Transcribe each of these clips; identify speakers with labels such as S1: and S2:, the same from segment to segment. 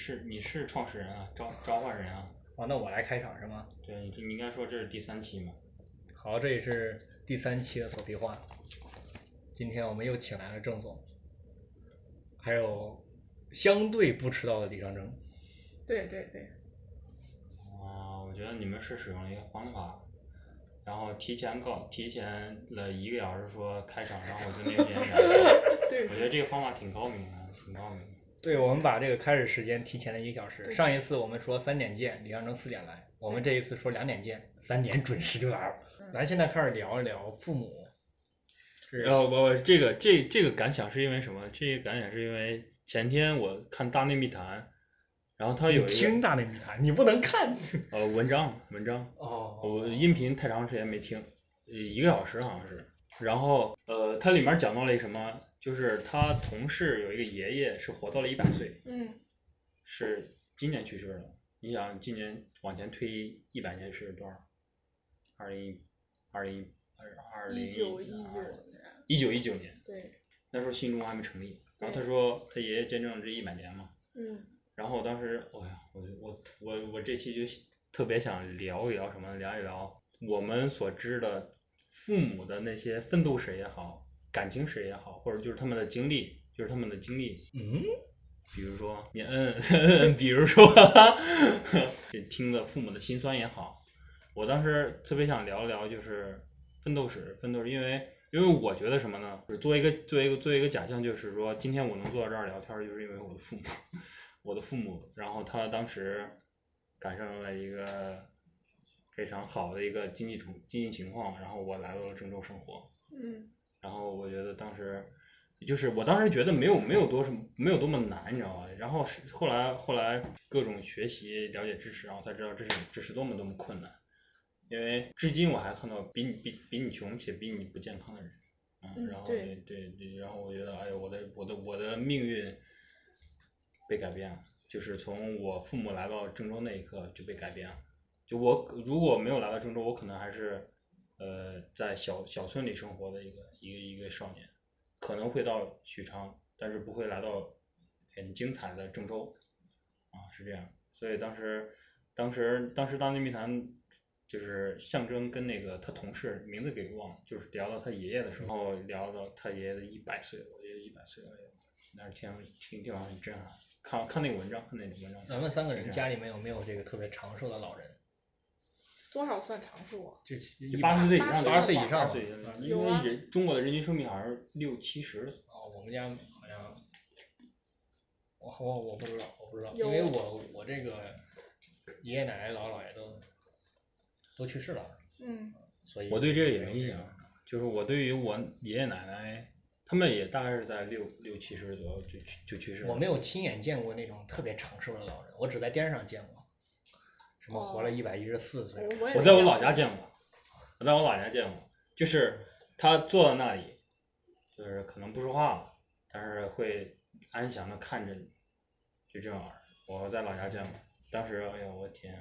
S1: 是你是创始人啊，召召唤人啊，
S2: 啊，那我来开场是吗？
S1: 对你这你应该说这是第三期嘛，
S2: 好，这也是第三期的锁皮话。今天我们又请来了郑总，还有相对不迟到的李长征。
S3: 对对对，
S1: 啊，我觉得你们是使用了一个方法，然后提前告提前了一个小时说开场，然后我就那边来，
S3: 对
S1: 我觉得这个方法挺高明的，挺高明的。
S2: 对，我们把这个开始时间提前了一个小时。
S3: 对
S2: 上一次我们说三点见，李长征四点来，我们这一次说两点见，三点准时就来了。
S3: 嗯
S2: 咱现在开始聊一聊父母，是
S1: 然后我我这个这这个感想是因为什么？这个感想是因为前天我看《大内密谈》，然后他
S2: 你
S1: 有一
S2: 听
S1: 个
S2: 大内密谈，你不能看。
S1: 呃文章文章，
S2: 哦
S1: 我音频太长时间没听，呃一个小时好像是。然后呃，它里面讲到了一什么，就是他同事有一个爷爷是活到了一百岁，
S3: 嗯，
S1: 是今年去世的。你想今年往前推一百年是多少？二零二零二二零
S3: 嗯一九一
S1: 啊
S3: 九，
S1: 一九一九年，
S3: 对，
S1: 那时候新中国还没成立。然后他
S3: 对
S1: 说他爷爷见证了这一百年嘛。
S3: 嗯
S1: 然后我当时，哎呀，我就我我我这期就特别想聊一聊什么，聊一聊我们所知的父母的那些奋斗史也好，感情史也好，或者就是他们的经历，就是他们的经历。
S2: 嗯，
S1: 比如说，你嗯，嗯 比如说，这听了父母的心酸也好，我当时特别想聊一聊，就是奋斗史，奋斗史，因为因为我觉得什么呢？就是作为一个作为一个作为一个假象，就是说，今天我能坐到这儿聊天儿，就是因为我的父母，我的父母，然后他当时赶上了一个非常好的一个经济处经济情况，然后我来到了郑州生活，
S3: 嗯
S1: 然后我觉得当时，就是我当时觉得没有没有多什么没有多么难，你知道吧？然后是后来后来各种学习了解知识，然后才知道这是这是多么多么困难。因为至今我还看到比你比比你穷且比你不健康的人，嗯，
S3: 嗯
S1: 然后
S3: 对
S1: 对对对，然后我觉得哎呀，我的我的我的命运被改变了，就是从我父母来到郑州那一刻就被改变了。就我可如果没有来到郑州，我可能还是呃在小小村里生活的一个一个一个少年，可能会到许昌，但是不会来到很精彩的郑州，啊，是这样。所以当时，当时，当时《大内密谈》就是象征跟那个他同事名字给忘了，就是聊到他爷爷的时候，聊到他爷爷的一百岁，我觉得一百岁了，那是挺挺地方很震撼。看看那个文章，看那个文章。
S2: 咱们三个人
S1: 是这样
S2: 家里面有没有这个特别长寿的老人？
S3: 多少算长数啊？
S2: 就
S1: 八十岁以上的，
S2: 八十岁以上
S1: 八
S2: 吧
S1: 十岁以上，因
S3: 有
S1: 为
S3: 啊
S1: 人中国的人均寿命好像是六七十。
S2: 哦，我们家好像，我我我不知道，我不知道，
S3: 有
S2: 因为我我这个爷爷奶奶、姥姥姥爷都都去世了，
S3: 嗯
S2: 所以
S1: 我对这个也没印象，就是我对于我爷爷奶奶，他们也大概是在六六七十左右就去就去世了。
S2: 我没有亲眼见过那种特别长寿的老人，我只在电视上见过，什么活了
S3: 哦
S2: 一百一十四
S3: 哎
S2: 岁
S3: 呦，我也
S1: 我
S3: 没
S1: 在我
S3: 见
S1: 老
S3: 过
S1: 家见过，我在我老家见过，就是他坐在那里，就是可能不说话了，但是会安详的看着你，就这样儿。我在老家见过，当时哎呦我天，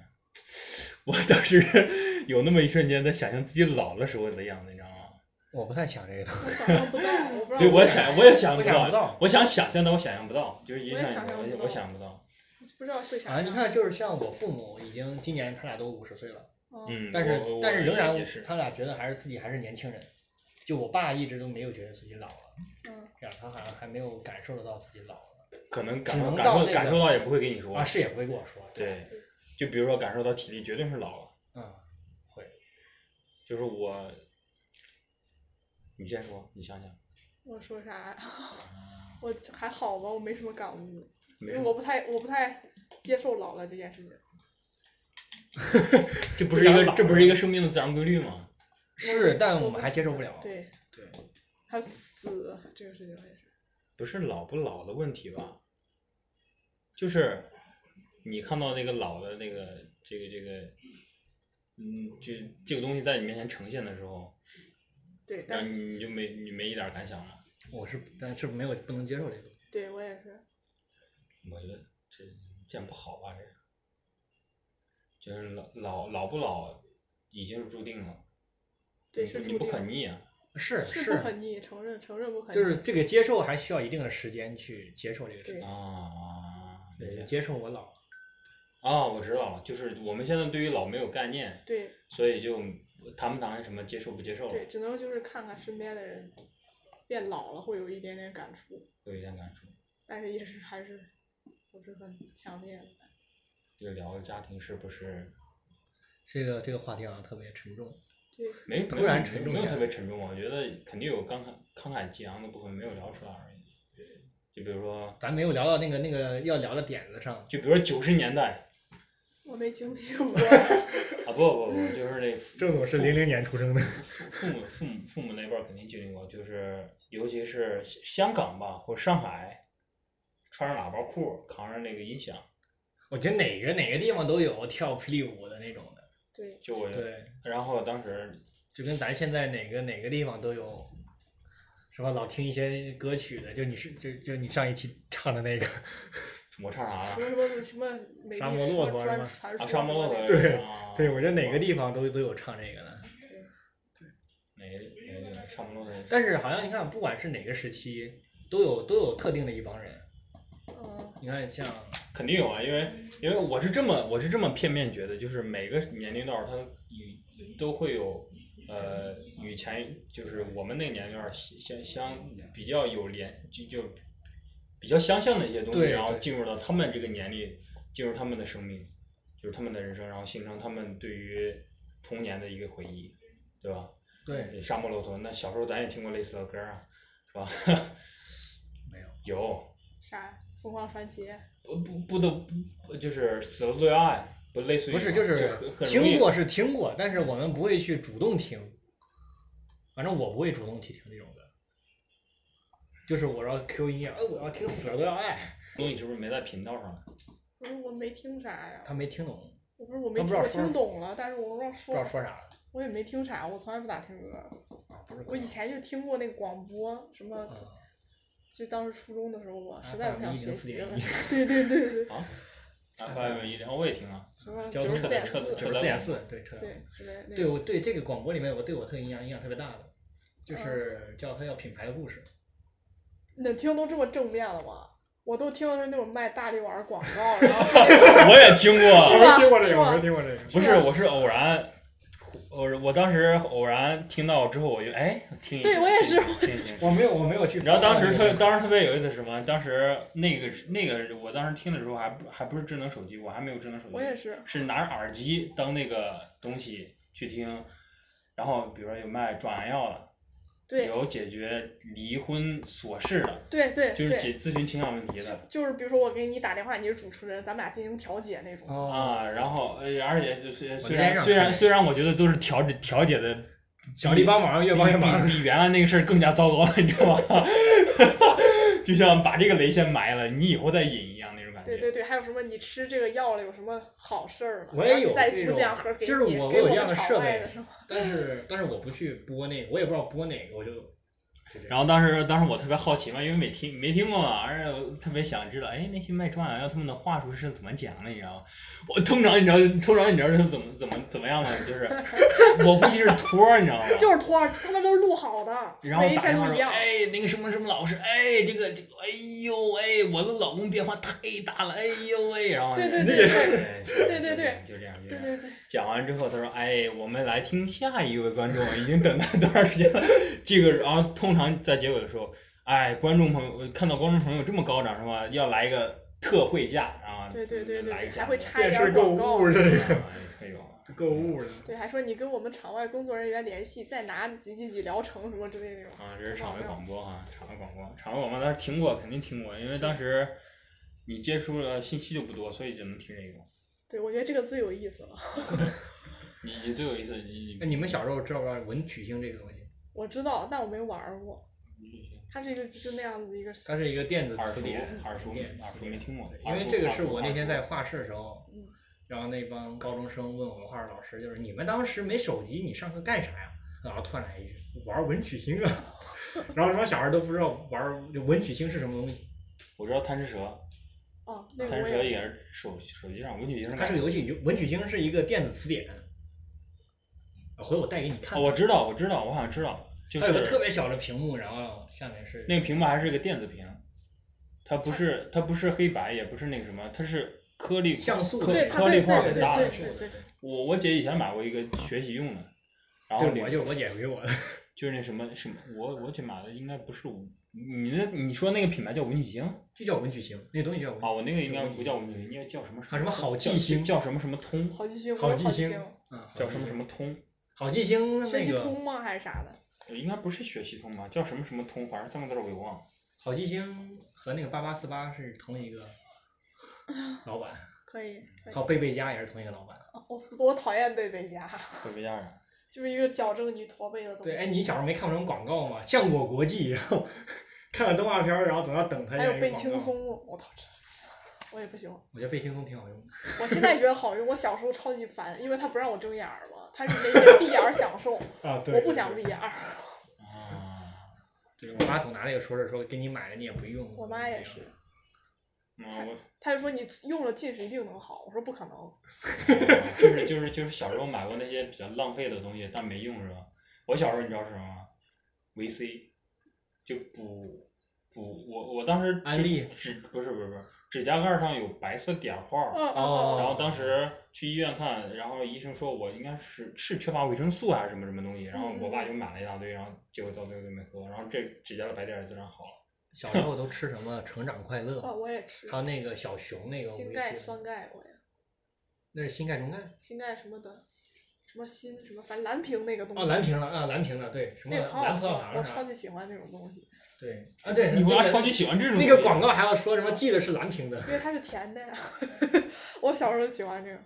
S1: 我当时 有那么一瞬间在想象自己老的时候的样子，你知道吗？
S2: 我不太想这个东西。
S3: 我想象不到，我不知道。
S1: 对，我也想，我也想
S2: 我
S1: 不
S2: 想
S1: 到
S2: 不到，
S1: 我想想象，但我想象不到，就是一
S3: 我也
S1: 想
S3: 想象
S1: 我
S3: 不
S1: 我
S3: 到
S1: 想不到，
S3: 不知道会 啥
S2: 啊，
S3: 样。
S2: 你看，就是像我父母已经今年他俩都五十岁了。
S3: 嗯，
S1: 嗯，
S2: 但是
S1: 我我
S2: 但是仍然
S1: 也是，
S2: 他俩觉得还是自己还是年轻人。就我爸一直都没有觉得自己老了，
S3: 嗯
S2: 这样他好像还没有感受得到自己老了
S1: 可能感
S2: 只
S1: 受
S2: 能
S1: 感
S2: 到
S1: 受
S2: 那
S1: 感
S2: 个
S1: 受到也不会跟你说
S2: 啊，，是也不会跟我说。，
S1: 对，就比如说感受到体力绝对是老了。
S2: 嗯，
S1: 就是我，你先说，你想想，
S3: 我说啥呀？ 我还好吧，我没什么感悟，因
S1: 没
S3: 为
S1: 事
S3: 我不太我不太接受老了这件事情。
S1: 这不是一个这不是一个生命的自然规律吗？
S2: 是，但
S3: 我
S2: 我们还接受不了。
S3: 对
S2: 哦对，
S3: 还有死这个事情也是。
S1: 不是老不老的问题吧？就是你看到那个老的那个这个这个，嗯，就这个东西在你面前呈现的时候，
S3: 对，
S1: 然后
S3: 但
S1: 你你就没你没一点感想吗？
S2: 我是但是没有不能接受这个东西。
S3: 对我也是。
S1: 我觉得这这样不好吧？这样，就是老老老不老已经是注定了，
S3: 对
S1: 你
S3: 是
S1: 不
S3: 注
S1: 你不可
S3: 定
S1: 逆啊。
S2: 是
S3: 是不可逆，承认承认不可逆。
S2: 就是这个接受还需要一定的时间去接受这个事
S3: 对
S2: 情。
S1: 啊，那些。
S4: 接受我老了，
S1: 啊，我知道了，就是我们现在对于老没有概念，
S3: 对
S1: 所以就谈不谈什么接受不接
S2: 哦
S1: 受了，
S3: 对，只能就是看看身边的人变老了，会有一点点感触，
S1: 有一点感触。
S3: 但是也是还是不是很强烈的感觉。
S1: 就聊家庭是不是
S2: 这个这个话题好像特别沉重。
S3: 对，
S1: 没
S2: 突
S1: 没有
S2: 然沉重
S1: 没有
S2: 一下
S1: 特别沉重，我觉得肯定有慷慨慷慨激昂的部分没有聊出来而已。就比如说，
S2: 咱没有聊到那个那个要聊的点子上，
S1: 就比如说九十年代
S3: 我没经 历过，
S1: 啊，不不不，就是那
S2: 郑总是零零年出生的，
S1: 父母父母父母那辈儿肯定经历过，就是尤其是香香港吧，或者上海，穿着喇叭裤，扛着那个音响，
S2: 我觉得哪个哪个地方都有跳霹雳舞的那种的，
S3: 对，
S1: 就我，
S2: 对，
S1: 然后当时
S2: 就跟咱现在哪个哪个地方都有，什么老听一些歌曲的，就你是就就你上一期 唱的那个，
S1: 哦我唱啥
S3: 什
S1: 了？
S3: 么什么什么美
S2: 沙
S3: 丽
S2: 漠
S3: 说
S2: 骆驼是
S3: 专
S2: 吗
S3: 传
S1: 啊，
S3: 说，
S1: 沙漠骆驼
S3: 对
S1: 是
S2: 对
S1: 吧
S2: 对我觉得哪个地方都都有唱这个的。
S1: 哪个哪个地方沙漠骆驼？
S2: 但是好像你看，不管是哪个时期，都有都有特定的一帮人。
S3: 嗯，
S2: 你看像
S1: 肯定有啊，因为因为我是这么我是这么片面觉得，就是每个年龄段儿它与都会有呃与前就是我们那个年龄段儿相相比较有联就就比较相像的一些东西，
S2: 对
S1: 然后
S2: 对
S1: 进入到他们这个年龄，进入他们的生命，就是他们的人生，然后形成他们对于童年的一个回忆，对吧？
S2: 对
S1: 沙漠骆驼，那小时候咱也听过类似的歌儿啊，是吧？
S2: 没有
S1: 有，
S3: 啥凤凰传奇，
S1: 不不不都不就是死了最爱，不类似于
S2: 不是
S1: 吗
S2: 就是
S1: 很很容易
S2: 听过是听过，但是我们不会去主动听。反正我不会主动去听这种歌，就是我要 Q 音乐，哎，我要听死了都要爱。
S1: 东西是不是没在频道上呢？
S3: 不是我没听啥呀，
S2: 他没听懂，
S3: 我不是我没
S2: 他不知
S3: 听
S2: 道
S3: 我
S2: 说
S3: 听懂了，但是我不知道
S2: 不
S3: 说
S2: 知道说啥了。
S3: 我也没听啥，我从来不咋听歌。
S2: 啊，不是
S3: 我以前就听过那个广播，什么
S2: 啊，
S3: 就当时初中的时候吧，
S2: FM
S3: 实在不想学习了
S2: 104.1。
S3: 对对对对，
S1: 啊，FM 一零我也听 啊，
S3: 什么
S2: 交
S3: 九
S2: 通
S3: 十四点
S1: 车
S3: 四，
S2: 九十四
S1: 嗯
S2: 点四，对，车
S3: 对，之类那
S2: 对
S3: 个。
S2: 我对这个广播里面，我对我特影响影响特别大的，
S3: 嗯
S2: 就是叫它叫品牌的故事。
S3: 你听都这么正面了吗？我都听的是那种卖大力丸儿广 告，然后还
S1: 我也听
S3: 是
S1: 过，
S3: 吧听过这个是吧我没
S2: 听过这个。
S1: 不是，我是偶然，我我当时偶然听到之后，我就哎听一
S3: 对
S1: 听
S3: 我也是
S1: 听一听。
S2: 我没有，我没有去。
S1: 你知道当时特当时特别有意思是什么？当时那个那个，我当时听的时候还不还不是智能手机，我还没有智能手机，
S3: 我也是，
S1: 是拿着耳机当那个东西去听，然后比如说有卖壮阳药的，
S3: 对
S1: 有解决离婚琐事的，
S3: 对对
S1: 就是
S3: 对，
S1: 解咨询情感问题的
S3: 就是比如说我给你打电话，你是主持人，咱们俩进行调解那种。
S2: 哦，
S1: 啊。然后呃，而且就是虽
S2: 我在
S1: 然
S2: 这儿
S1: 虽然
S2: 看
S1: 虽然我觉得都是调解调解的，
S2: 小弟帮忙，越帮越忙。
S1: 比比比原来那个事儿更加糟糕了，你知道吗？ 就像把这个雷先埋了，你以后再引一样那种感觉。
S3: 对对对，还有什么？你吃这个药了有什么好事儿吗？
S2: 我也
S3: 然后你
S2: 有
S3: 再
S2: 这
S3: 补
S2: 种
S3: 两盒给
S2: 就是
S3: 你，
S2: 我
S3: 给
S2: 我有这
S3: 我们
S2: 样的
S3: 场
S2: 设
S3: 外
S2: 备
S3: 的 是吗？
S2: 但是但是我不去播那个，我也不知道播哪个，我就。就这样
S1: 然后当时当时我特别好奇嘛，因为没听没听过嘛，而且我特别想知道，哎，那些卖壮阳药他们的话术是怎么讲的，你知道吗？我通常你知道，通常你知道是怎么怎么怎么样吗？就是 我估计是托儿，你知道吗？
S3: 就是托儿，他们都是录好的，
S1: 然后
S3: 每一
S1: 打
S3: 天
S1: 电话
S3: 都一
S1: 说，
S3: 样。
S1: 哎，那个什么什么老师，哎，这个这个，哎呦哎，我的老公变化太大了，哎呦喂、然后
S3: 对对
S1: 就
S3: 对
S1: 哎
S3: 对对对
S1: 就这样就这样就这
S3: 对
S1: 样。
S3: 对对，
S1: 讲完之后，他说：“哎，我们来听下一位观众，已经等待多长时间了？这个，然后通常在结尾的时候，哎，观众朋友看到观众朋友这么高涨是吧？要来一个特惠价啊，
S3: 对对对对
S1: 来一
S3: 对，
S1: 价，
S3: 还会插一
S2: 电
S3: 点
S2: 视
S3: 儿
S2: 购
S3: 广
S2: 物
S3: 告。
S2: 是
S1: 哎
S2: 吧
S1: 哎呦，
S2: 购物的，
S3: 对，还说你跟我们场外工作人员联系，再拿几几几疗程什么之类的那种。
S1: 啊，这是场外广播啊，场外广播，场外广播当时听过，肯定听过，因为当时你接触的信息就不多，所以只能听这个。
S3: 对，我觉得这个最有意思了。
S1: 你你最有意思，你
S2: 那你们小时候知道不知道文曲星这个东西？
S3: 我知道，但我没玩儿过。
S1: 你
S3: 它是一个就那样子一个，
S2: 它是一个电子
S1: 耳
S2: 词
S1: 熟
S2: 典，
S1: 耳熟
S2: 电子
S1: 耳
S2: 词
S1: 熟
S2: 典
S1: 没听过的，
S2: 因为这个是我那天在画室的时候
S3: 嗯，
S2: 然后那帮高中生问我们画室老师，就是你们当时没手机，你上课干啥呀？然后突然来一句玩文曲星啊， 然后那帮小孩都不知道玩就文曲星是什么东西，
S1: 我知道贪吃蛇。
S3: 哦，那
S1: 贪
S3: 个
S1: 吃
S3: 我
S1: 蛇
S3: 也
S1: 也是手手机上，文曲星
S2: 它是个游戏，文曲星是一个电子词典。回头我带给你看，
S1: 哦，我知道，我知道，我好像知道，就
S2: 它有个特
S1: 是
S2: 别小的屏幕，然后下面是
S1: 那个屏幕还是个电子屏，它不是它不是黑白，也不是那个什么，它是颗粒
S2: 像素
S1: 颗
S3: 对它
S1: 颗粒
S3: 对
S1: 块
S3: 对
S1: 很
S3: 对
S1: 大
S3: 对
S1: 的。
S3: 对对，
S1: 我我姐以前买过一个学习用的，然后
S2: 对，
S1: 里
S2: 我就是我姐给我的，
S1: 就是那什么什么，我我去买的应该不是五，你那你说那个品牌叫文曲星啊？
S2: 就叫文曲星，那东西叫文曲星。
S1: 哦我那个应该不叫文曲星，应该叫什么
S2: 啊什么好
S1: 叫
S2: 记星
S1: 叫什么什么通，
S3: 好记星，
S2: 好
S3: 我有
S2: 记
S3: 好记
S2: 星
S3: 星，
S2: 啊，
S1: 叫什么什么通，
S2: 好记星
S3: 学
S2: 那
S3: 习
S2: 个
S3: 通吗还是啥的？
S1: 应该不是学习通吧？叫什么什么通，反正三个字儿我给忘了。
S2: 好记星和那个八八四八是同一 个老板，
S3: 可以，可以
S2: 还。有贝贝家也是同一个老板。
S3: 我我讨厌贝贝家，
S1: 特别家人，
S3: 就是一个矫正你驼背的东西。
S2: 对，哎，你小时候没看过那种广告吗？橡果国际，然后 看了动画片儿，然后总要等它
S3: 还
S2: 有
S3: 有
S2: 一个
S3: 贝
S2: 广
S3: 轻
S2: 告。
S3: 松，我操，我也不行。
S2: 我觉得贝轻松挺好用的。
S3: 我现在觉得好用，我小时候超级烦，因为他不让我睁眼儿嘛，他是那些闭眼儿享受，
S2: 啊，对。
S3: 我不
S2: 对
S3: 想
S2: 对
S3: 闭眼儿。
S1: 啊，
S2: 对我妈总拿这个说事儿，说给你买了你也不用。
S3: 我妈也是。
S1: 那我
S3: 他就说你用了近视一定能好，我说不可能。哦
S1: 啊就是就是就是小时候买过那些比较浪费的东西，但没用是吧？我小时候你知道是什么吗？维 C，就补补我我当时
S2: 安利
S1: 就指不是不是不是指甲盖上有白色点儿块儿，
S3: 嗯嗯
S2: 哦
S3: 嗯，
S1: 然后当时去医院看，然后医生说我应该是是缺乏维生素还啊是什么什么东西，然后
S3: 嗯
S1: 我爸就买了一大堆，然后结果到最后就没喝，然后这指甲的白点儿自然好了。
S2: 小时候都吃什么？成长快乐
S3: 哦，，我也吃
S2: 还有那个小熊那个
S3: 锌
S2: 维 C
S3: 钙酸钙，我也
S2: 那是锌钙中钙。
S3: 锌钙什么的，什么锌什么，反正蓝瓶那个东西。
S2: 哦，蓝瓶了啊，蓝瓶了，对，什么
S3: 那个可好
S2: 蓝葡
S3: 喝
S2: 萄
S3: 了，我
S2: 糖
S3: 超
S2: 啥？
S3: 级喜欢那种东西，
S2: 啊对啊，对，
S1: 你
S2: 那
S1: 妈
S2: 个
S1: 超级喜欢这种
S2: 那
S1: 东
S2: 个
S1: 西啊
S2: 广告还要说什么记得是蓝瓶的。
S3: 因为它是甜的。 我小时候喜欢这个。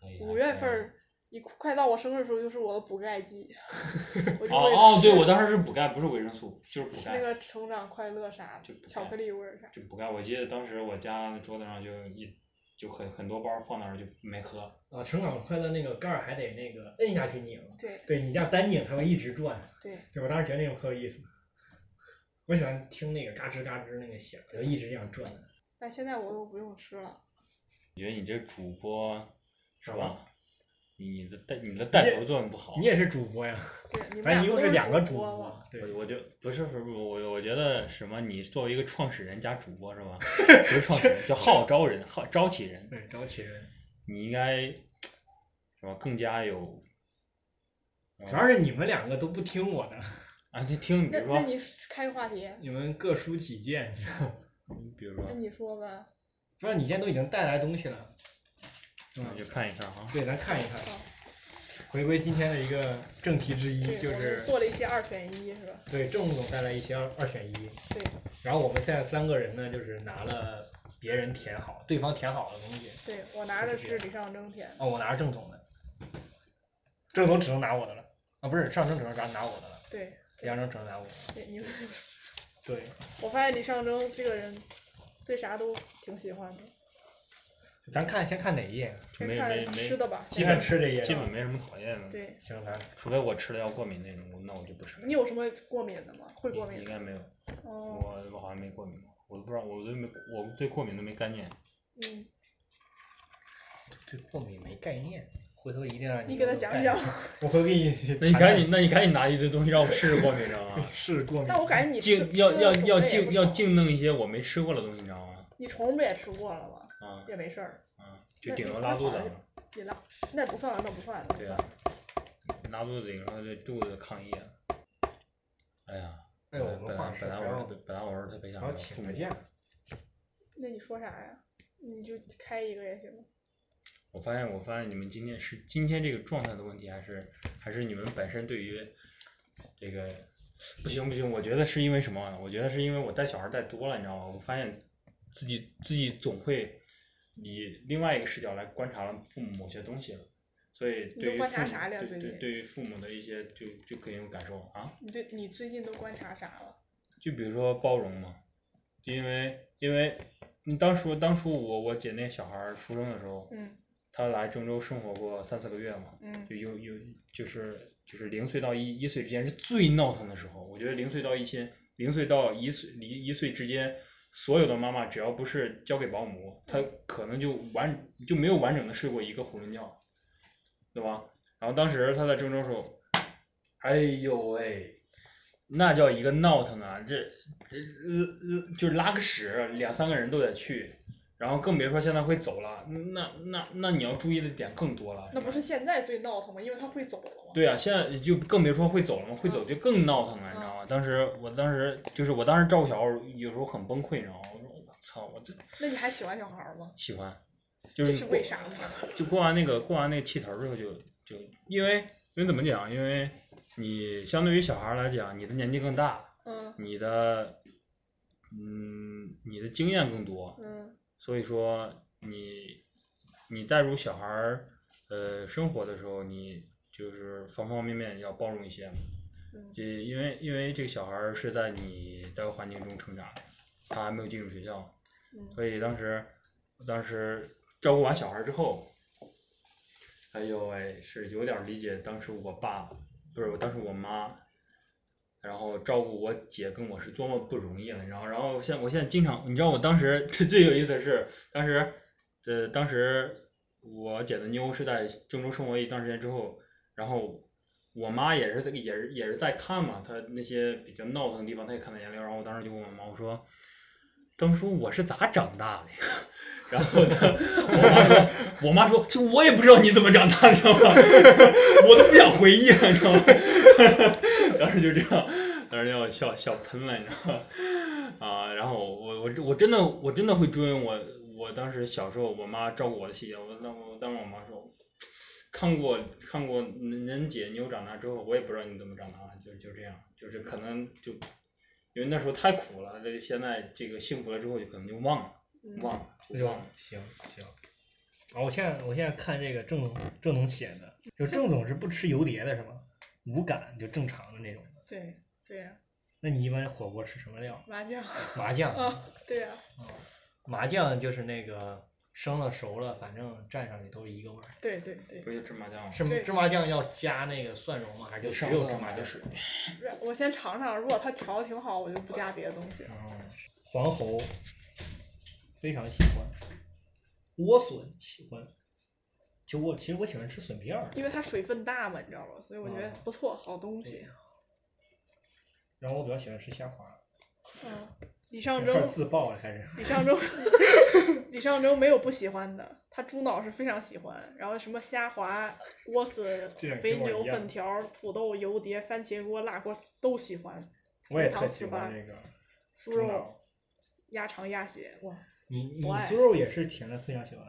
S1: 可以啊
S3: 五月份儿一快到我生日的时候，就是我的补钙季，我就会
S1: 哦哦，对
S3: 吃
S1: 我当时是补钙，不是维生素，就是补
S3: 吃
S1: 钙。
S3: 那个成长快乐啥
S1: 就补
S3: 的，
S1: 钙
S3: 巧克力味儿啥。
S1: 就补钙。我记得当时我家桌子上就一就很很多包放那儿就没喝。
S2: 啊，成长快乐那个盖儿还得那个摁下去拧，
S3: 对
S2: 对你这样单拧它会一直转。
S3: 对，
S2: 对，我当时觉得那种很有意思。我喜欢听那个嘎吱嘎吱那个响，就一直这样转的，
S3: 但现在我都不用吃了。
S1: 你觉得你这主播是
S2: 是吧？
S1: 吧？你你的带你的带头作用不好
S2: 你。也是主播呀，
S3: 对，你们
S2: 反
S3: 俩
S2: 正一
S3: 都
S2: 共是两个
S3: 主
S2: 主
S3: 播了。
S2: 播，对，
S1: 我我就不是不是不是我我觉得什么你作为一个创始人加主播是 吧？不是创始人叫号召人号召起人，
S2: 对，找起人。
S1: 你应该是吧更加有
S2: 主要是你们两个都不听我的，
S1: 啊，就听你比
S3: 那
S1: 如
S3: 那
S1: 说
S3: 你开个话题，
S2: 你们各抒己见。
S1: 你嗯比如说
S3: 那你说吧。
S2: 不知道你现在都已经带来东西了，嗯
S1: 你就看一看哈，
S2: 对，咱看一看。回归今天的一个正题之一，
S3: 对，
S2: 嗯就
S3: 我
S2: 是
S3: 们做了一些二选一，是吧？
S2: 对郑总带来一些二二选一。
S3: 对。
S2: 然后我们现在三个人呢，就是拿了别人填好、对方填好的东西。
S3: 对，我拿的
S2: 就是这
S3: 是李尚征填。
S2: 哦，我拿着郑总的，郑总只能拿我的了。啊，不是，上升只能拿拿我的了，
S3: 对，
S2: 杨征只能拿我的了。
S3: 对，你们，
S2: 对，
S3: 我发现李尚征这个人对啥都挺喜欢的。
S2: 咱看先看哪一页？
S3: 先
S1: 没
S3: 看
S1: 没没
S3: 吃，的吧。
S1: 基
S2: 先
S1: 本
S2: 看吃这一页吧。
S1: 基本没什么讨厌的，
S3: 对，
S2: 行，咱
S1: 除非我吃了要过敏那种，那我就不吃了。
S3: 你有什么过敏的吗？会过
S1: 应
S3: 敏
S1: 应
S3: 的？
S1: 该没有。
S3: 哦。
S1: 我我好像没过敏过，我都不知道，我都没，我对过敏都没概念。
S3: 嗯，
S2: 对过敏没概念，回头一定让
S3: 你给他
S2: 有概
S3: 讲
S2: 念
S3: 讲。。
S2: 我会给你。
S1: 那你 赶紧，那你赶紧拿一堆东西让我试试过敏，你知道吗？
S2: 是过敏
S3: 但。我感 觉你吃
S1: 净要
S3: 吃的
S1: 要
S3: 种
S1: 要
S3: 类也
S1: 净
S3: 不
S1: 要
S3: 少
S1: 净弄一些我没吃过的东西，你知道吗？
S3: 你虫不也吃过了吗？
S1: 啊
S3: 也没事儿，
S1: 啊，就顶着拉肚子了，
S3: 你拉那不算了，那不算了，那不
S1: 对
S3: 算
S1: 啊
S3: 了。，
S1: 拉肚子顶着对肚子抗议啊。哎呀，
S2: 哎
S1: 本
S2: 呦，
S1: 来
S2: 我
S1: 本
S2: 们话
S1: 来
S2: 是
S1: 本来
S2: 还
S1: 我是嗯
S2: 要
S1: 特别本来我是特别想
S2: 还要
S1: 聊
S2: 请
S1: 父
S2: 个
S1: 母，
S2: 假。
S3: 那你说啥呀？你就开一个也行。
S1: 我发现我发现你们今天是今天这个状态的问题，还是还是你们本身对于这个不行不行，我觉得是因为什么啊？我觉得是因为我带小孩带多了，你知道吗？我发现自己自己总会以另外一个视角来观察了父母某些东西了，所以
S3: 你
S1: 对
S3: 都
S1: 于
S3: 观
S1: 父
S3: 察
S1: 母
S3: 啥了呀
S1: 对
S3: 最
S1: 对
S3: 近
S1: 对于父母的一些就就更有感受啊。
S3: 你对你最近都观察啥了？
S1: 就比如说包容嘛，就因为因为你当初当初我我姐那小孩儿出生的时候，
S3: 嗯
S1: 她来郑州生活过三四个月嘛，
S3: 嗯
S1: 就有有就是就是零岁到一一岁之间是最闹腾的时候。我觉得零岁到一千，零岁到一岁离一岁之间，所有的妈妈只要不是交给保姆，她可能就完就没有完整的睡过一个囫囵觉，对吧？然后当时她在郑州的时候，哎呦喂，那叫一个闹腾啊！这这呃就是拉个屎，两三个人都得去，然后更别说现在会走了。那那那你要注意的点更多了。
S3: 那不是现在最闹腾吗？因为他会走了嘛。
S1: 对啊，现在就更别说会走了嘛，会走
S3: 嗯
S1: 就更闹腾了，你知道吗？当时我当时就是我当时照顾小孩儿，有时候很崩溃，你知道吗？我说我操，我这
S3: 那你还喜欢小孩儿吗？
S1: 喜欢，就
S3: 这
S1: 是你
S3: 是
S1: 过
S3: 为啥呢？
S1: 就过完那个过完那个气头儿之后就，就因为因为怎么讲？因为你相对于小孩儿来讲，你的年纪更大，
S3: 嗯
S1: 你的嗯你的经验更多，
S3: 嗯
S1: 所以说你你带入小孩儿呃生活的时候，你就是方方面面要包容一些嘛。
S3: 嗯
S1: 这因为因为这个小孩儿是在你的环境中成长的，他还没有进入学校，
S3: 嗯
S1: 所以当时当时照顾完小孩儿之后，哎呦喂，是有点儿理解当时我爸不是我当时我妈，然后照顾我姐跟我是多么不容易了，啊然后然后现我现在经常，你知道我当时 最最有意思的是，当时呃当时我姐的妞是在郑州生活一段时间之后，然后我妈也是在也是也是在看嘛，她那些比较闹腾的地方她也看在眼里，然后我当时就问我妈我说，当初我是咋长大的呀？ 然后她，我妈说，我妈说，就我也不知道你怎么长大的，你知道吗？ 我都不想回忆了，你知道吗？ 当时就这样，当时要笑笑喷了，你知道吗？ 啊，然后我我我真的我真的会追问我我当时小时候我妈照顾我的细节，我当我当时我妈说，看过看过人姐妞长大之后，我也不知道你怎么长大，就就这样，就是可能就因为那时候太苦了，这现在这个幸福了之后就可能就忘了
S3: 嗯，
S1: 忘了
S2: 哎
S1: 就忘
S2: 呦
S1: 了，
S2: 行行。啊，我现在我现在看这个郑总郑总写的，就郑总是不吃油碟的是吗？无感就正常的那种。
S3: 对对呀，
S2: 那你一般火锅吃什么料？
S3: 麻将
S2: 麻酱。
S3: 啊，对呀，
S2: 麻酱就是那个生了熟了，反正蘸上去都是一个味儿。
S3: 对对对。
S1: 不就芝麻酱吗？
S2: 是吗
S3: 对
S2: 芝麻酱要加那个蒜蓉吗？还是就只有芝麻
S1: 买
S2: 酱
S1: 的？水，
S3: 我先尝尝，如果它调的挺好，我就不加别的东西。
S2: 嗯，黄喉非常喜欢，莴笋喜欢。就我其实我喜欢吃笋片儿，
S3: 因为它水分大嘛，你知道吗？所以我觉得
S2: 啊
S3: 不错，好东西。
S2: 然后我比较喜欢吃虾滑。
S3: 嗯，李尚
S2: 有点
S3: 征，
S2: 自爆了开始。
S3: 李尚征，李尚征没有不喜欢的，他猪脑是非常喜欢。然后什么虾滑、莴笋
S2: 这样、跟
S3: 肥
S2: 我
S3: 牛、
S2: 一样
S3: 粉条、土豆、油碟、番茄锅、辣锅都喜欢，
S2: 我也
S3: 糖
S2: 特
S3: 糍
S2: 喜欢
S3: 粑
S2: 这个
S3: 酥
S2: 猪
S3: 肉、
S2: 脑。
S3: 鸭肠、鸭血，哇，
S2: 你你
S3: 不爱
S2: 酥肉也是甜的，非常喜欢。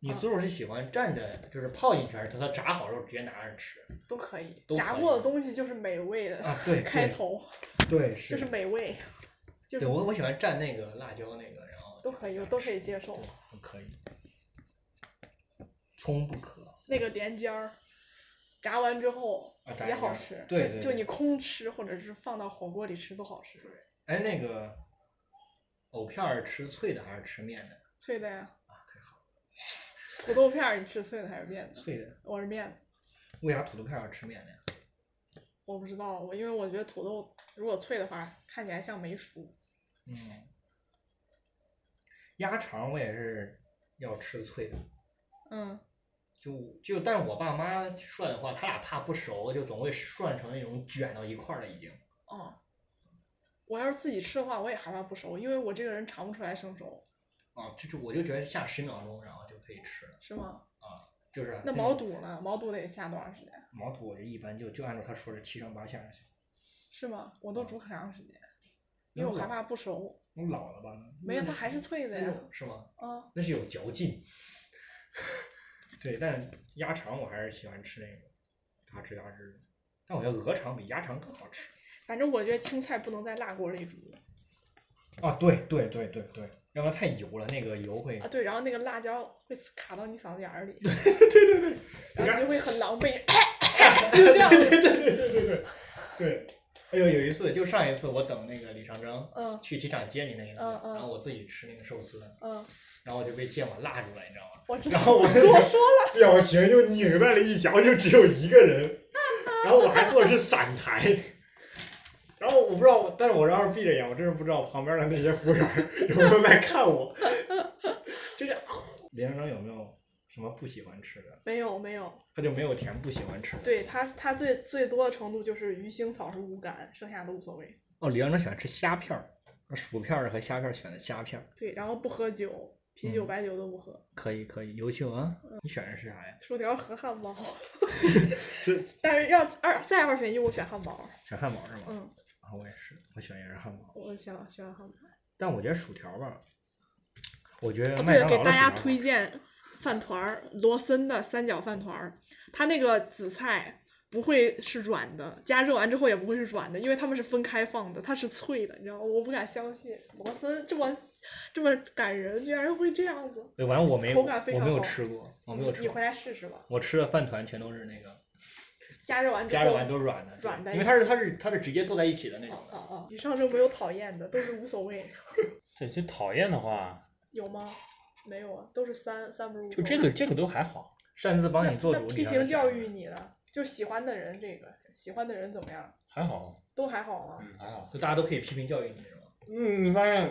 S2: 你
S3: 啊
S2: 酥肉是喜欢蘸着，就是泡进去，还是它炸好肉直接拿着吃？
S3: 都可以
S2: 都。
S3: 炸
S2: 可以
S3: 过的东西就是美味的，
S2: 啊，对，
S3: 开
S2: 对
S3: 头
S2: 对
S3: 就是是美味，就
S2: 对
S3: 是
S2: 我我喜欢蘸那个辣椒那个，然后嗯
S3: 都可以，我都可以接受。
S2: 可以。葱不可
S3: 那个莲尖儿，炸完之后
S2: 啊，炸
S3: 也
S2: 一
S3: 好
S2: 样
S3: 吃。
S2: 对对
S3: 就
S2: 对
S3: 你空吃或者是放到火锅里吃都好吃，
S2: 哎，那个藕片儿吃脆的还是吃面的？
S3: 脆的呀。
S2: 啊，太好了，
S3: 土豆片儿你吃脆的还是面的？
S2: 脆的。
S3: 我是面的，
S2: 为啥土豆片儿要吃面的呀？
S3: 我不知道，我因为我觉得土豆如果脆的话，看起来像没熟。
S2: 嗯，鸭肠我也是要吃脆的，
S3: 嗯，
S2: 就就但是我爸妈涮的话，他俩怕不熟，就总会涮成那种卷到一块儿了已经。
S3: 哦，我要是自己吃的话，我也害怕不熟，因为我这个人尝不出来生熟，
S2: 啊，就是我就觉得下十秒钟然后就可以吃了，啊
S3: 是吗？
S2: 就是
S3: 那毛肚呢？毛肚得下多长时间？
S2: 毛肚我就一般就就按照他说的七上八下就行。
S3: 是吗？我
S2: 啊
S3: 都煮可长时间，
S2: 那
S3: 因为我
S2: 老
S3: 害怕不熟。
S2: 我老了吧？
S3: 没有，它还是脆的
S2: 嗯那
S3: 呀。
S2: 种是吗？
S3: 啊，
S2: 那是有嚼劲。 对，但鸭肠我还是喜欢吃那个嘎吱嘎吱的，但我觉得鹅肠比鸭肠更好吃。
S3: 反正我觉得青菜不能在辣锅里煮。
S2: 啊，对对对对对，要不然太油了，那个油会
S3: 啊，对，然后那个辣椒会刺卡到你嗓子眼儿里，对对对，然后你就会很狼狈，就这样，
S2: 对。哎呦，有一次就上一次我等那个李长征
S3: 嗯
S2: 去机场接你那一次，
S3: 嗯嗯
S2: 然后我自己吃那个寿司，
S3: 嗯，
S2: 然后我就被芥末辣住了，你知道吗？
S3: 我知道
S2: 然，后我
S3: 跟我说了，
S2: 表情就拧在了一起，我就只有一个人，然后我还坐的是散台，然后我不知道，但是我要是闭着眼，我真是不知道旁边的那些服务员有没有在看我，就是啊，连长有没有什么不喜欢吃的，
S3: 没有没有，
S2: 他就没有填不喜欢吃的。
S3: 对他他最最多的程度就是鱼腥草是无感，剩下都无所谓。
S2: 哦，李阳能喜欢吃虾片儿，薯片儿和虾片儿选的虾片儿，
S3: 对，然后不喝酒，啤酒、
S2: 嗯
S3: 白酒都不喝。
S2: 可以可以，优秀啊！你选的是啥呀？
S3: 薯条和汉堡
S2: 是，
S3: 但是要二再二选一，我选汉堡。
S2: 选汉堡是吗？
S3: 嗯，
S2: 啊，我也是，我选也是汉堡，
S3: 我选喜欢汉堡。
S2: 但我觉得薯条吧，我觉得
S3: 哦，
S2: 呃麦当
S3: 对，
S2: 劳的
S3: 给
S2: 薯
S3: 大
S2: 条
S3: 家
S2: 好
S3: 推荐饭团儿，罗森的三角饭团儿，它那个紫菜不会是软的，加热完之后也不会是软的，因为它们是分开放的，它是脆的，你知道吗？我不敢相信罗森这么这么感人，居然会这样子。
S2: 对，反正我没
S3: 口感非
S2: 我
S3: 常
S2: 没有
S3: 好
S2: 吃过，我没有
S3: 你
S2: 吃
S3: 回
S2: 过，
S3: 来试试吧。
S2: 我吃的饭团全都是那个
S3: 加热完之后，
S2: 加热完都是软的，
S3: 嗯软的
S2: 因为它是它是它是直接坐在一起的那种
S3: 啊
S2: 的。
S3: 啊！以上就没有讨厌的，都是无所谓。
S1: 这这讨厌的话，
S3: 有吗？没有啊，都是三三不是无
S1: 就
S3: 所谓。
S1: 这个这个都还好。
S2: 擅自帮你做
S3: 那
S2: 主，
S3: 批
S2: 你让人
S3: 评教
S2: 选
S3: 育你了，就喜欢的人这个喜欢的人怎么样？
S1: 还好，
S3: 都还好啊。
S1: 嗯，还好。
S2: 就大家都可以批评教育你是吗？
S1: 嗯，你发现，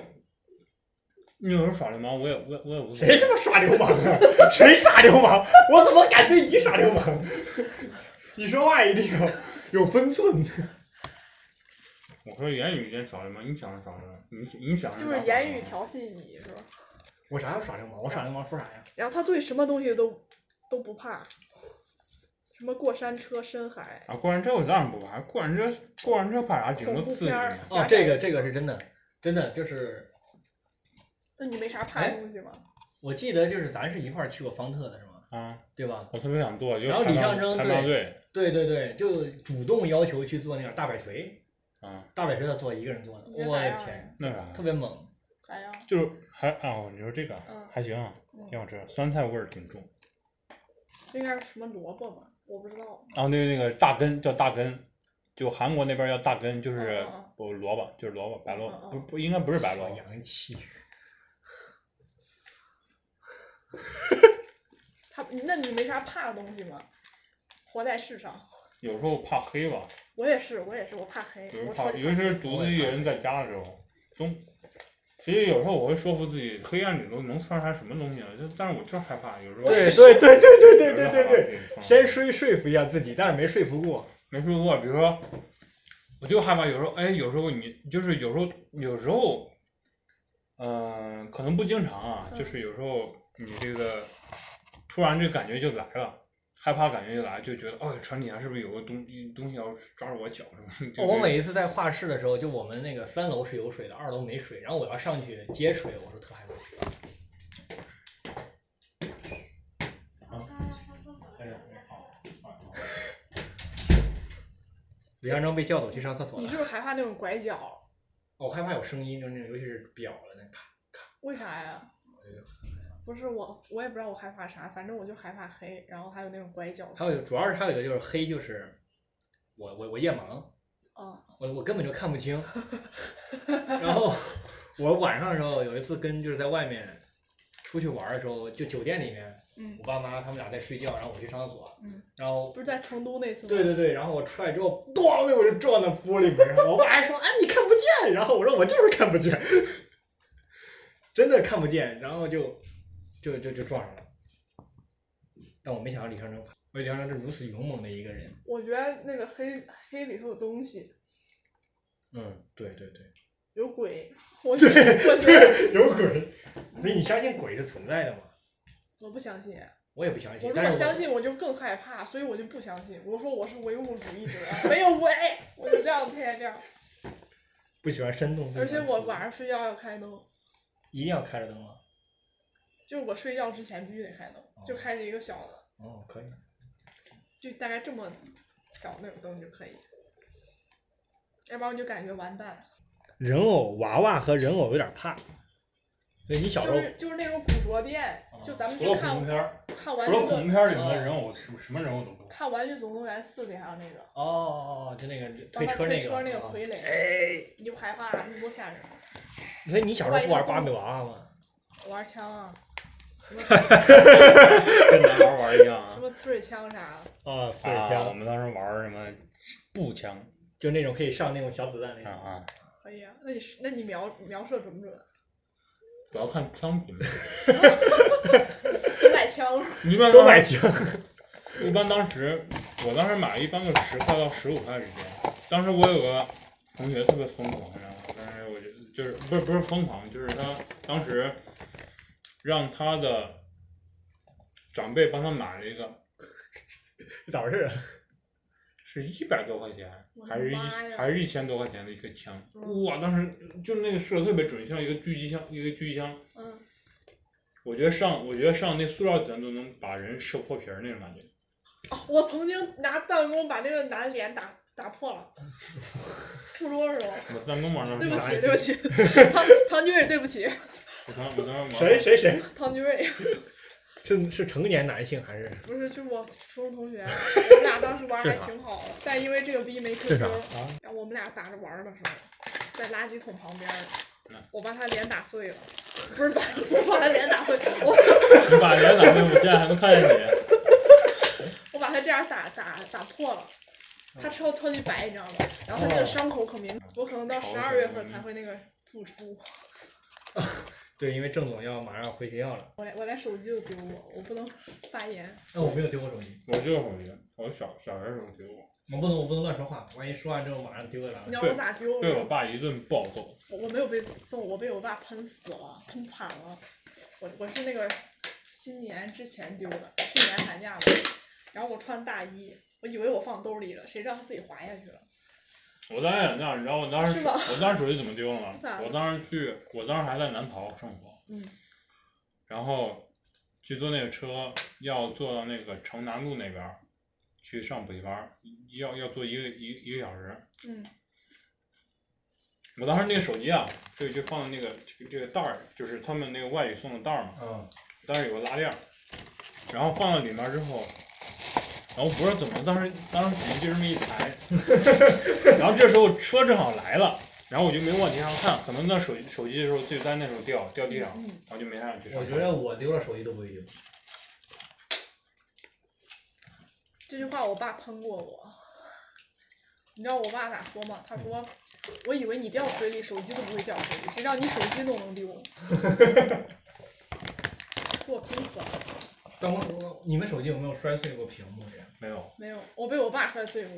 S1: 你有时候耍流氓，我也我也我也无所
S2: 谁
S1: 谓。
S2: 他妈耍流氓啊？谁耍流氓？我怎么敢对你耍流氓？你说话一定要有分寸。
S1: 我说言语间耍流氓，你想是耍流氓，你你想
S3: 就
S1: 啥
S3: 是
S1: 耍
S3: 言
S1: 流
S3: 语
S1: 氓
S3: 调戏你是吧？
S2: 我啥时候耍流氓？我耍流氓说啥呀？
S3: 然后他对什么东西都都不怕，什么过山车、深海、
S1: 啊！过山车我当然不怕，过山车过山车怕啥？顶
S3: 恐
S1: 多
S3: 怖
S1: 刺激
S3: 片儿
S1: 你。、
S3: 侠
S2: 哦，
S3: 盗
S2: 这个，这个是真的，真的就是
S3: 那你没啥怕
S2: 哎
S3: 的东西吗？
S2: 我记得就是咱是一块儿去过方特的是吗？
S1: 啊！
S2: 对吧？
S1: 我特别想做，就是
S2: 然后
S1: 排
S2: 李
S1: 棒
S2: 象征
S1: 排
S2: 对
S1: 棒队，
S2: 对对对，就主动要求去做那个大摆锤，
S1: 啊，
S2: 大摆锤他做一个人做的，
S3: 你觉得
S2: 我
S3: 咋
S2: 的
S3: 样
S2: 天，
S1: 那啥
S2: 特，别猛。
S3: 咋样？
S1: 就是还啊，你说这个
S3: 嗯
S1: 还行，啊挺好吃，酸菜味儿挺重。
S3: 这应该是什么萝卜吗？我不知道。
S1: 然后那个那个大根叫大根，就韩国那边叫大根，就
S3: 嗯
S1: 是
S3: 嗯嗯
S1: 不萝卜，就是萝卜，白萝卜，
S3: 嗯嗯
S1: 不不应该不是白萝
S2: 好
S1: 卜，
S2: 洋气！
S3: 他，那你没啥怕的东西吗？活在世上，
S1: 有时候怕黑吧，
S3: 我也是，我也是，我怕黑
S1: 有时，候
S3: 我
S1: 怕，
S3: 超
S1: 尤其是独自一个人在家的时候，总，其实有时候我会说服自己，黑暗里头能窜出来什么东西啊？就但是我就是害怕，有时候
S2: 对对对对对对对对对，
S1: 对
S2: 先说说服一下自己，但是没说服过。
S1: 没说过，比如说，我就害怕有时候，哎，有时候你就是有时候，有时候，嗯、可能不经常啊，
S3: 嗯
S1: 就是有时候你这个突然这感觉就来了，害怕感觉就来，就觉得，哦，船底下是不是有个东东西要抓住我脚什么？就
S2: 哦我
S1: 是
S2: 每一次在画室的时候，就我们那个三楼是有水的，二楼没水，然后我要上去接水，我是特害怕。李阳征被叫走去上厕所
S3: 你
S2: 了
S3: 是，不是害怕那种拐角？
S2: 我害怕有声音，就是那种，尤其是表的那咔咔，
S3: 为啥呀
S2: 我觉得？
S3: 不是我，我也不知道我害怕啥，反正我就害怕黑，然后还有那种拐角。
S2: 还有主要是还有一个就是黑，就是我我我夜盲，
S3: 嗯
S2: 我我根本就看不 清。然后我晚上的时候有一次跟就是在外面出去玩的时候，就酒店里面，
S3: 嗯
S2: 我爸妈他们俩在睡觉，然后我去上厕所，
S3: 嗯，
S2: 然后
S3: 不是在成都那次吗？
S2: 对对对，然后我出来之后，咣的我就撞到玻璃门上，我爸还说：“哎，你看不见。”然后我说：“我就是看不见，真的看不见。”然后就就就就撞上了。但我没想到李尚征，我李尚征是如此勇猛的一个人。
S3: 我觉得那个黑黑里头有东西，
S2: 嗯，对对对，
S3: 有鬼。我觉得，我觉得
S2: 有鬼。所以你相信鬼是存在的吗？
S3: 我不相信。
S1: 哎
S2: 我也不相
S3: 我
S2: 信，
S3: 如
S2: 但
S3: 果
S2: 是
S3: 相
S2: 我
S3: 信，我就更害怕，所以我就不相信。我说我是唯物主义者，没有鬼，我就这样天天 这样。
S2: 不喜欢煽动自
S3: 而
S2: 己
S3: 且我晚上睡觉要开灯，
S2: 一定要开着灯吗？
S3: 就是我睡觉之前必须得开灯，
S1: 哦
S3: 就开着一个小的，
S2: 哦，可以。
S3: 就大概这么小那种灯就可以。要不然我就感觉完蛋，
S2: 人偶娃娃和人偶有点怕，所以你小时
S3: 就
S2: 候
S3: 是就是那种古着店，就咱们
S1: 哦除
S3: 去
S1: 了恐怖
S3: 看
S1: 片儿，
S3: 看《玩
S1: 除
S3: 具
S1: 了恐
S3: 总
S1: 怖片儿里头的人偶，什么什么人偶都不
S3: 看《玩具总动员四》里还有那个，
S2: 哦哦哦，就那个推
S3: 帮他
S2: 车
S3: 推
S2: 那
S3: 车那个
S2: 啊
S3: 傀儡，哎，你就害怕，你多吓人！
S2: 所以你小时候不玩芭比娃娃吗？
S3: 我玩枪啊，什么
S1: 跟男孩玩一样
S3: 什
S1: 啊。
S3: 么刺水枪啥，
S2: 啊，刺猬
S1: 啊，我
S2: 枪，
S1: 们当时玩什么步枪
S2: 就那种可以上那种小子弹那
S1: 啊
S2: 种。
S1: 啊，
S3: 可以啊。那你是那你描描射准不准？
S1: 主要看商 品，
S3: 你买枪
S1: 一般
S2: 都
S1: 当
S2: 买精。
S1: 一般当时我当时买一般就十块到十五块之间。当时我有个同学特别疯狂，然后但是我就就是不是不是疯狂，就是他当时让他的长辈帮他买了一个，
S2: 咋回事啊？
S1: 是一百多块钱
S3: 我，的
S1: 还是一
S3: 妈呀
S1: 还是一千多块钱的一个枪。
S3: 嗯
S1: 哇，当时就那个射得特别准，像一个狙击枪，一个狙击枪。
S3: 嗯，
S1: 我觉得上我觉得上那塑料卷都能把人射破皮儿那种感觉。
S3: 哦，我曾经拿弹弓把那个男脸打打破了，初中的时候。
S1: 我弹弓往上
S3: 对不
S1: 打
S3: 起，
S1: 一
S3: 对不
S1: 下，
S3: 起， 唐唐军瑞，对不起，
S1: 我当我当时往上
S2: 谁谁谁？
S3: 唐军瑞，
S2: 是是成年男性还是
S3: 不是，就是我初中同学，我们俩当时玩儿还
S2: 正常
S3: 挺好的，但因为这个逼没 QQ，
S2: 正常啊？
S3: 然后我们俩打着玩儿的时候，在垃圾桶旁边儿
S1: 嗯，
S3: 我把他脸打碎了，不是把我把他脸打碎，我
S1: 你把脸打没，我竟然还能看见啊 你。
S3: 我把他这样打打打破了。他超超级白，你知道吗？然后他那个伤口可明，我可能到十二月份才会那个复出。
S2: 对，因为郑总要马上回学校了。
S3: 我连我连手机都丢我，我不能发言。
S2: 那我没有丢过手机，
S1: 我就是同学，我小小学时候给我
S2: 我不能我不能乱说话，万一说完之后马上丢了咋
S3: 你
S2: 办
S3: 知？道我咋丢
S1: 被
S3: 了
S1: 我
S3: 吗？
S1: 爸一顿暴揍，
S3: 我我没有被揍，我被我爸喷死了，喷惨了。我我是那个新年之前丢的，去年寒假嘛。然后我穿大衣，我以为我放兜里了，谁知道他自己滑下去了。
S1: 我当时也那样，你知道我当时
S3: 是吧
S1: 我当时手机怎么丢了吗
S3: 咋？了
S1: 我当时去，我当时还在南逃生活，
S3: 嗯，
S1: 然后去坐那个车，要坐到那个城南路那边儿去上补习班儿，要要坐一个一一个小时。
S3: 嗯，
S1: 我当时那个手机啊，就就放在那个这个这个袋儿，就是他们那个外语送的袋儿嘛，
S2: 嗯，
S1: 当时有个拉链儿，然后放到里面之后，然后不知道怎么，当时当时怎么就这么一抬，然后这时候车正好来了，然后我就没往地上看，可能那手手机的时候就在那时候掉掉地上，
S3: 嗯，
S1: 然后就没让去上
S2: 我
S1: 班。
S2: 觉得我丢了手机都不会丢。
S3: 这句话我爸喷过我。你知道我爸咋说吗？他说：“我以为你掉水里，手机都不会掉水里，谁让你手机都能丢。” 给我喷死了！
S2: 但我我你们手机有没有摔碎过屏幕这样？
S1: 没有，
S3: 没有，我被我爸摔碎过。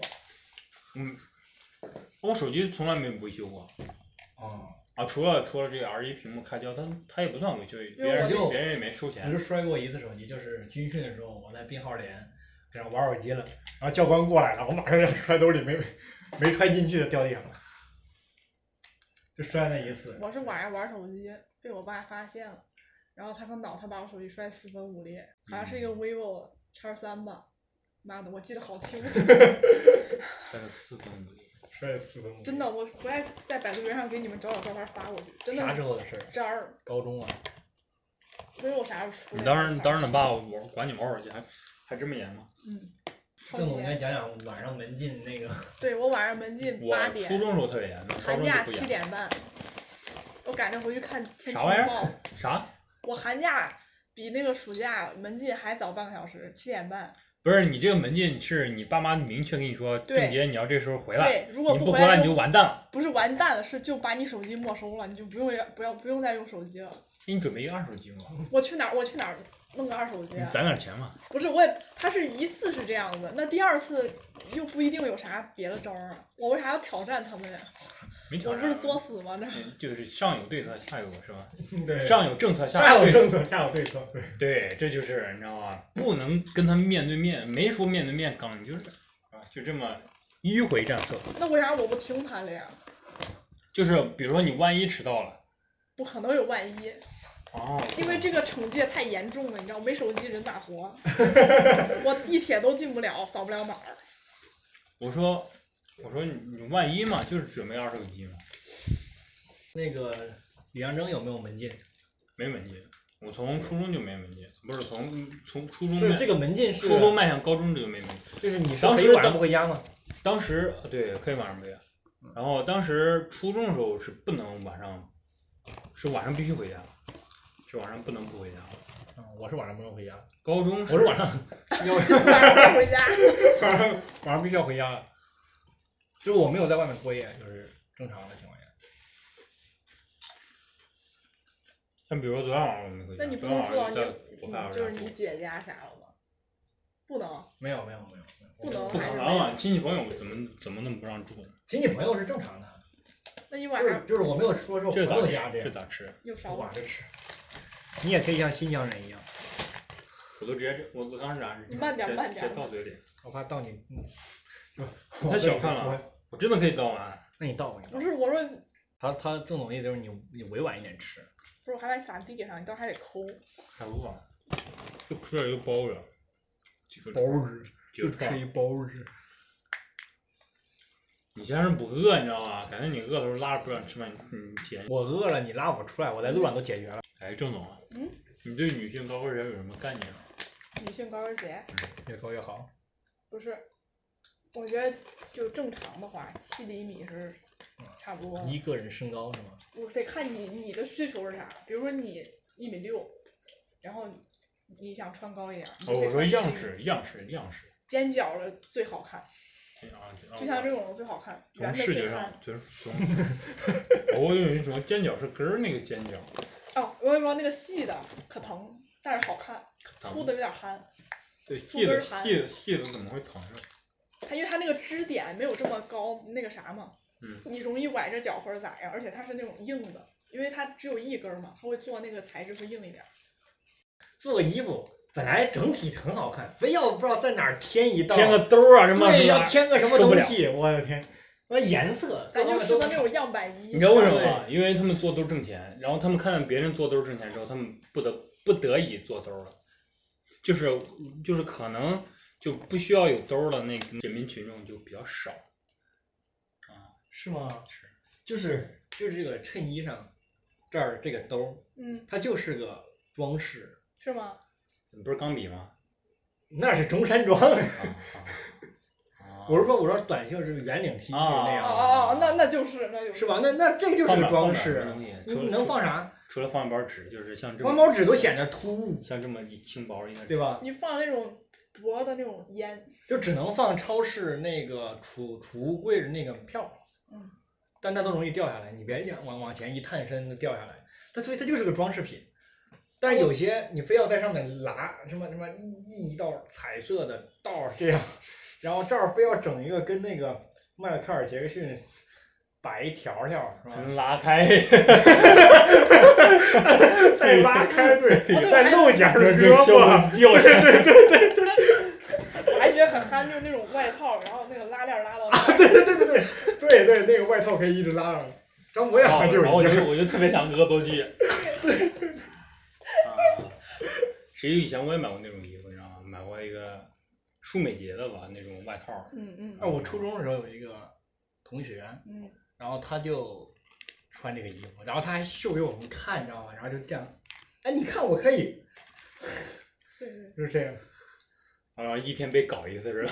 S1: 嗯，我手机从来没维修过
S2: 啊、
S1: 啊，除了除了这个 R 1屏幕开胶，它它也不算维修，别人
S2: 因为我
S1: 别人也没收
S2: 我
S1: 钱
S2: 就。摔过一次手机，就是军训的时候，我在编号连，然后玩手机了，然后教官过来了，我马上让揣兜里没没揣进去的掉地上了，就摔那一次。
S3: 我是晚上玩手机被我爸发现了，然后他可恼他把我手机摔四分五裂，好像是
S1: 嗯
S3: 一个 vivo X 三吧，妈的，我记得好清楚，
S1: 但是四分五裂，
S2: 摔四分五裂
S3: 真的，我回来在百度云上给你们找找照片发过去，真
S2: 啥
S3: 的
S2: 时
S3: 是
S2: 候的事儿？
S3: 渣儿
S2: 高中啊，
S3: ，vivo 啥时候出
S1: 你
S3: 来的？
S1: 当时当时你爸玩管你玩手机还还这么严吗？
S3: 嗯，超
S2: 郑
S3: 级
S2: 总
S3: 严
S2: 先讲讲晚上门禁那 个，
S3: 对我晚上门禁
S1: 我
S3: 八
S1: 初
S3: 点，
S1: 中时候特别严，高
S3: 寒
S1: 中就
S3: 假
S1: 不
S3: 七
S1: 严。
S3: 点半，我赶着回去看天气预
S1: 啥玩意儿
S3: 报，
S1: 啥？
S3: 我寒假比那个暑假门禁还早半个小时，七点半。
S1: 不是你这个门禁是你爸妈明确跟你说，
S3: 对
S1: 郑杰你要这时候回来，
S3: 对，如果
S1: 哎你
S3: 回
S1: 回
S3: 来
S1: 来你就完蛋了。
S3: 不是完蛋了，是就把你手机没收了，你就不用要不要不用再用手机了。
S1: 给你准备一个二手机嘛，
S3: 我去哪儿我去哪儿弄个二手机
S1: 你
S3: 啊？
S1: 攒点钱嘛。
S3: 不是，我也他是一次是这样的，那第二次又不一定有啥别的招儿啊。我为啥要挑战他们呀？
S1: 没挑
S3: 我
S1: 战
S3: 不是作死吗？那
S1: 嗯就是上有对策，下有是吧？
S2: 对
S1: 上有政策，
S2: 下
S1: 有对
S2: 有
S1: 策。
S2: 政策，下有对 策。对
S1: 对，这就是你知道吧？不能跟他面对面，没说面对面刚，你就是啊，就这么迂回战策。
S3: 那为啥我不听他了呀？
S1: 就是比如说你万一迟到了，
S3: 不可能有万一，
S1: 哦，
S3: 因为这个惩戒太严重了，你知道，没手机人咋活？我地铁都进不了，扫不了码儿。
S1: 我说我说你你万一嘛，就是准备二手机嘛，
S2: 那个李阳征有没有门禁？
S1: 没门禁。我从初中就没门禁，不是从从初中
S2: 就是
S1: 面
S2: 这个门禁
S1: 嗯
S2: 是，
S1: 初中迈向高中这个没门禁。
S2: 就是你是
S1: 当
S2: 可
S1: 时
S2: 以晚上
S1: 当
S2: 不回家吗？
S1: 当时呃对可以晚上回家，
S2: 嗯
S1: 然后当时初中的时候是不能晚上，是晚上必须回家，是晚上不能不回家。
S2: 啊，我是晚上不能回 家，
S1: 高中
S2: 我是晚上要
S3: 晚上再回家，
S2: 晚上晚上必须要回家了。就是我没有在外面过夜，就是正常的情况下。
S1: 像比如说昨天晚上我没回家，
S3: 那你不
S1: 昨天
S3: 能
S1: 晚
S3: 住
S1: 上
S3: 到
S1: 就在
S3: 你
S1: 我
S3: 你
S1: 爸爸
S3: 就是
S1: 家
S3: 你
S1: 住
S3: 姐家啥了吗？不能，
S2: 没有没有没有，
S3: 不能
S2: 我
S1: 不可能啊！亲戚朋友怎么怎么那么不让住呢？
S2: 亲戚朋友是正常的，
S3: 那你晚
S2: 就是
S3: 上
S2: 就是我没有说是我
S1: 这
S2: 朋
S1: 咋
S2: 友
S1: 吃
S2: 家这
S1: 这
S2: 样，
S1: 咋吃？
S3: 又烧
S2: 不
S3: 了
S2: 管。这吃，你也可以像新疆人一样，
S1: 我都直接这，我刚啥？
S3: 你慢点
S1: 直接
S3: 慢点
S1: 直接倒嘴里。
S2: 我怕到你，嗯，
S1: 太小看了，我真的可以倒完。
S2: 那你倒吧，你倒
S3: 不是我说，
S2: 他他这种东西就是你你委婉一点吃，
S3: 不是我还把你撒地上，你到时候还得抠。
S1: 还饿啊，就吃点就包着，几个
S2: 子
S1: 几个串儿。
S2: 一包子，
S1: 你先是不饿，你知道吗？感觉你饿的时候拉着不想吃饭，你你甜。
S2: 我饿了你拉我出来，我在路上都解决了，
S1: 哎，郑总，
S3: 嗯，
S1: 你对女性高跟鞋有什么概念啊吗？
S3: 女性高跟鞋
S2: 越高越好，
S3: 不是，我觉得就正常的话，七厘米是差不多的。
S2: 一个人身高是吗？
S3: 我得看你你的需求是啥，比如说你一米六，然后你你想穿高一点，你
S1: 哦，
S3: 得
S1: 我说
S3: 穿
S1: 样
S3: 细
S1: 式，样式，样式。
S3: 尖角的最好看，
S1: 啊，
S3: 就像这种的最好看，
S1: 从
S3: 圆的
S1: 视
S3: 最
S1: 觉
S3: 憨
S1: 上。，就是从，我有一种尖角是根儿那个尖角，
S3: 哦，我跟你说，那个细的可疼，但是好看，
S1: 疼
S3: 粗的有点憨。
S1: 对，
S3: 粗
S1: 细的
S3: 根儿盘
S1: 细的细的怎么会疼呢？啊
S3: 它因为它那个支点没有这么高，那个啥嘛，
S1: 嗯
S3: 你容易崴着脚或者咋样，而且它是那种硬的，因为它只有一根儿嘛，它会做那个材质会硬一点儿。
S2: 做个衣服本来整体很好看，非要不知道在哪儿添一道，
S1: 添个兜儿啊什么
S2: 对，
S1: 什
S2: 要
S1: 么，
S2: 添个什么
S1: 受不
S2: 东
S1: 了
S2: 西，我的天，那颜色，
S3: 咱就适
S2: 各
S3: 合
S2: 方
S3: 那
S2: 面
S3: 种样板衣。
S1: 你知道为什
S3: 么？
S1: 么吗？因为他们做兜儿挣钱，然后他们看见别人做兜儿挣钱之后，他们不得不得已做兜儿了，就是就是可能就不需要有兜儿的那个人民群众就比较少，啊，
S2: 是吗？
S1: 是
S2: 就是就是这个衬衣上这儿这个兜儿，
S3: 嗯，
S2: 它就是个装饰，
S3: 是吗？
S1: 你不是钢笔吗？
S2: 那是中山 装。
S1: 啊啊啊！
S2: 我是说，我说短袖是圆领 T 恤那
S3: 哦
S2: 样，
S3: 哦哦，那那就是那就是
S2: 吧？那那这就是
S1: 放点
S2: 个
S1: 儿放
S2: 装
S1: 点儿什么
S2: 饰，
S1: 东西，
S2: 你
S1: 除了
S2: 能放？啥？
S1: 除了放一包纸，就是像这
S2: 光
S1: 么
S2: 毛纸都显得突兀，
S1: 像这么一轻薄一个
S2: 对吧？
S3: 你放那种薄的那种烟，
S2: 就只能放超市那个储储物柜的那个票，
S3: 嗯，
S2: 但那都容易掉下来，你别往往前一探身就掉下来，它所以它就是个装饰品。但有些你非要在上面拉什么什么印印一道彩色的道儿这样，然后这儿非要整一个跟那个迈克尔杰克逊摆一条条 是吧？
S1: 能拉开，
S2: 再拉开对，
S3: 哦对
S2: 再露一点儿
S1: 这
S2: 胳膊，
S1: 掉下来。
S3: 我还觉得很憨，就是那种外套，然后那个拉链拉到那 儿
S2: 对对，那个外套可以一直拉上来。张博也
S1: 然
S2: 好
S1: 后
S2: 像就是
S1: 然后哦我
S2: 一
S1: 就
S2: 样，
S1: 我就特别想恶作 剧。啊，谁以前我也买过那种衣服，你知道吗？买过一个舒美洁的吧，那种外套儿。
S3: 嗯嗯
S2: 啊，我初中的时候有一个同学，
S3: 嗯，
S2: 然后他就穿这个衣服，然后他还秀给我们看，你知道吗？然后就这样，哎，你看我可以，
S3: 对对，
S2: 就是这样，
S1: 然后一天被搞一次是吧？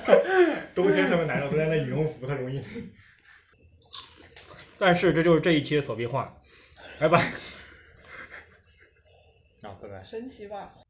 S2: 冬天他们难受，冬天那羽绒服它容易。 但是这就是这一期的锁壁话，拜拜。
S1: 啊，拜拜。
S3: 神奇吧？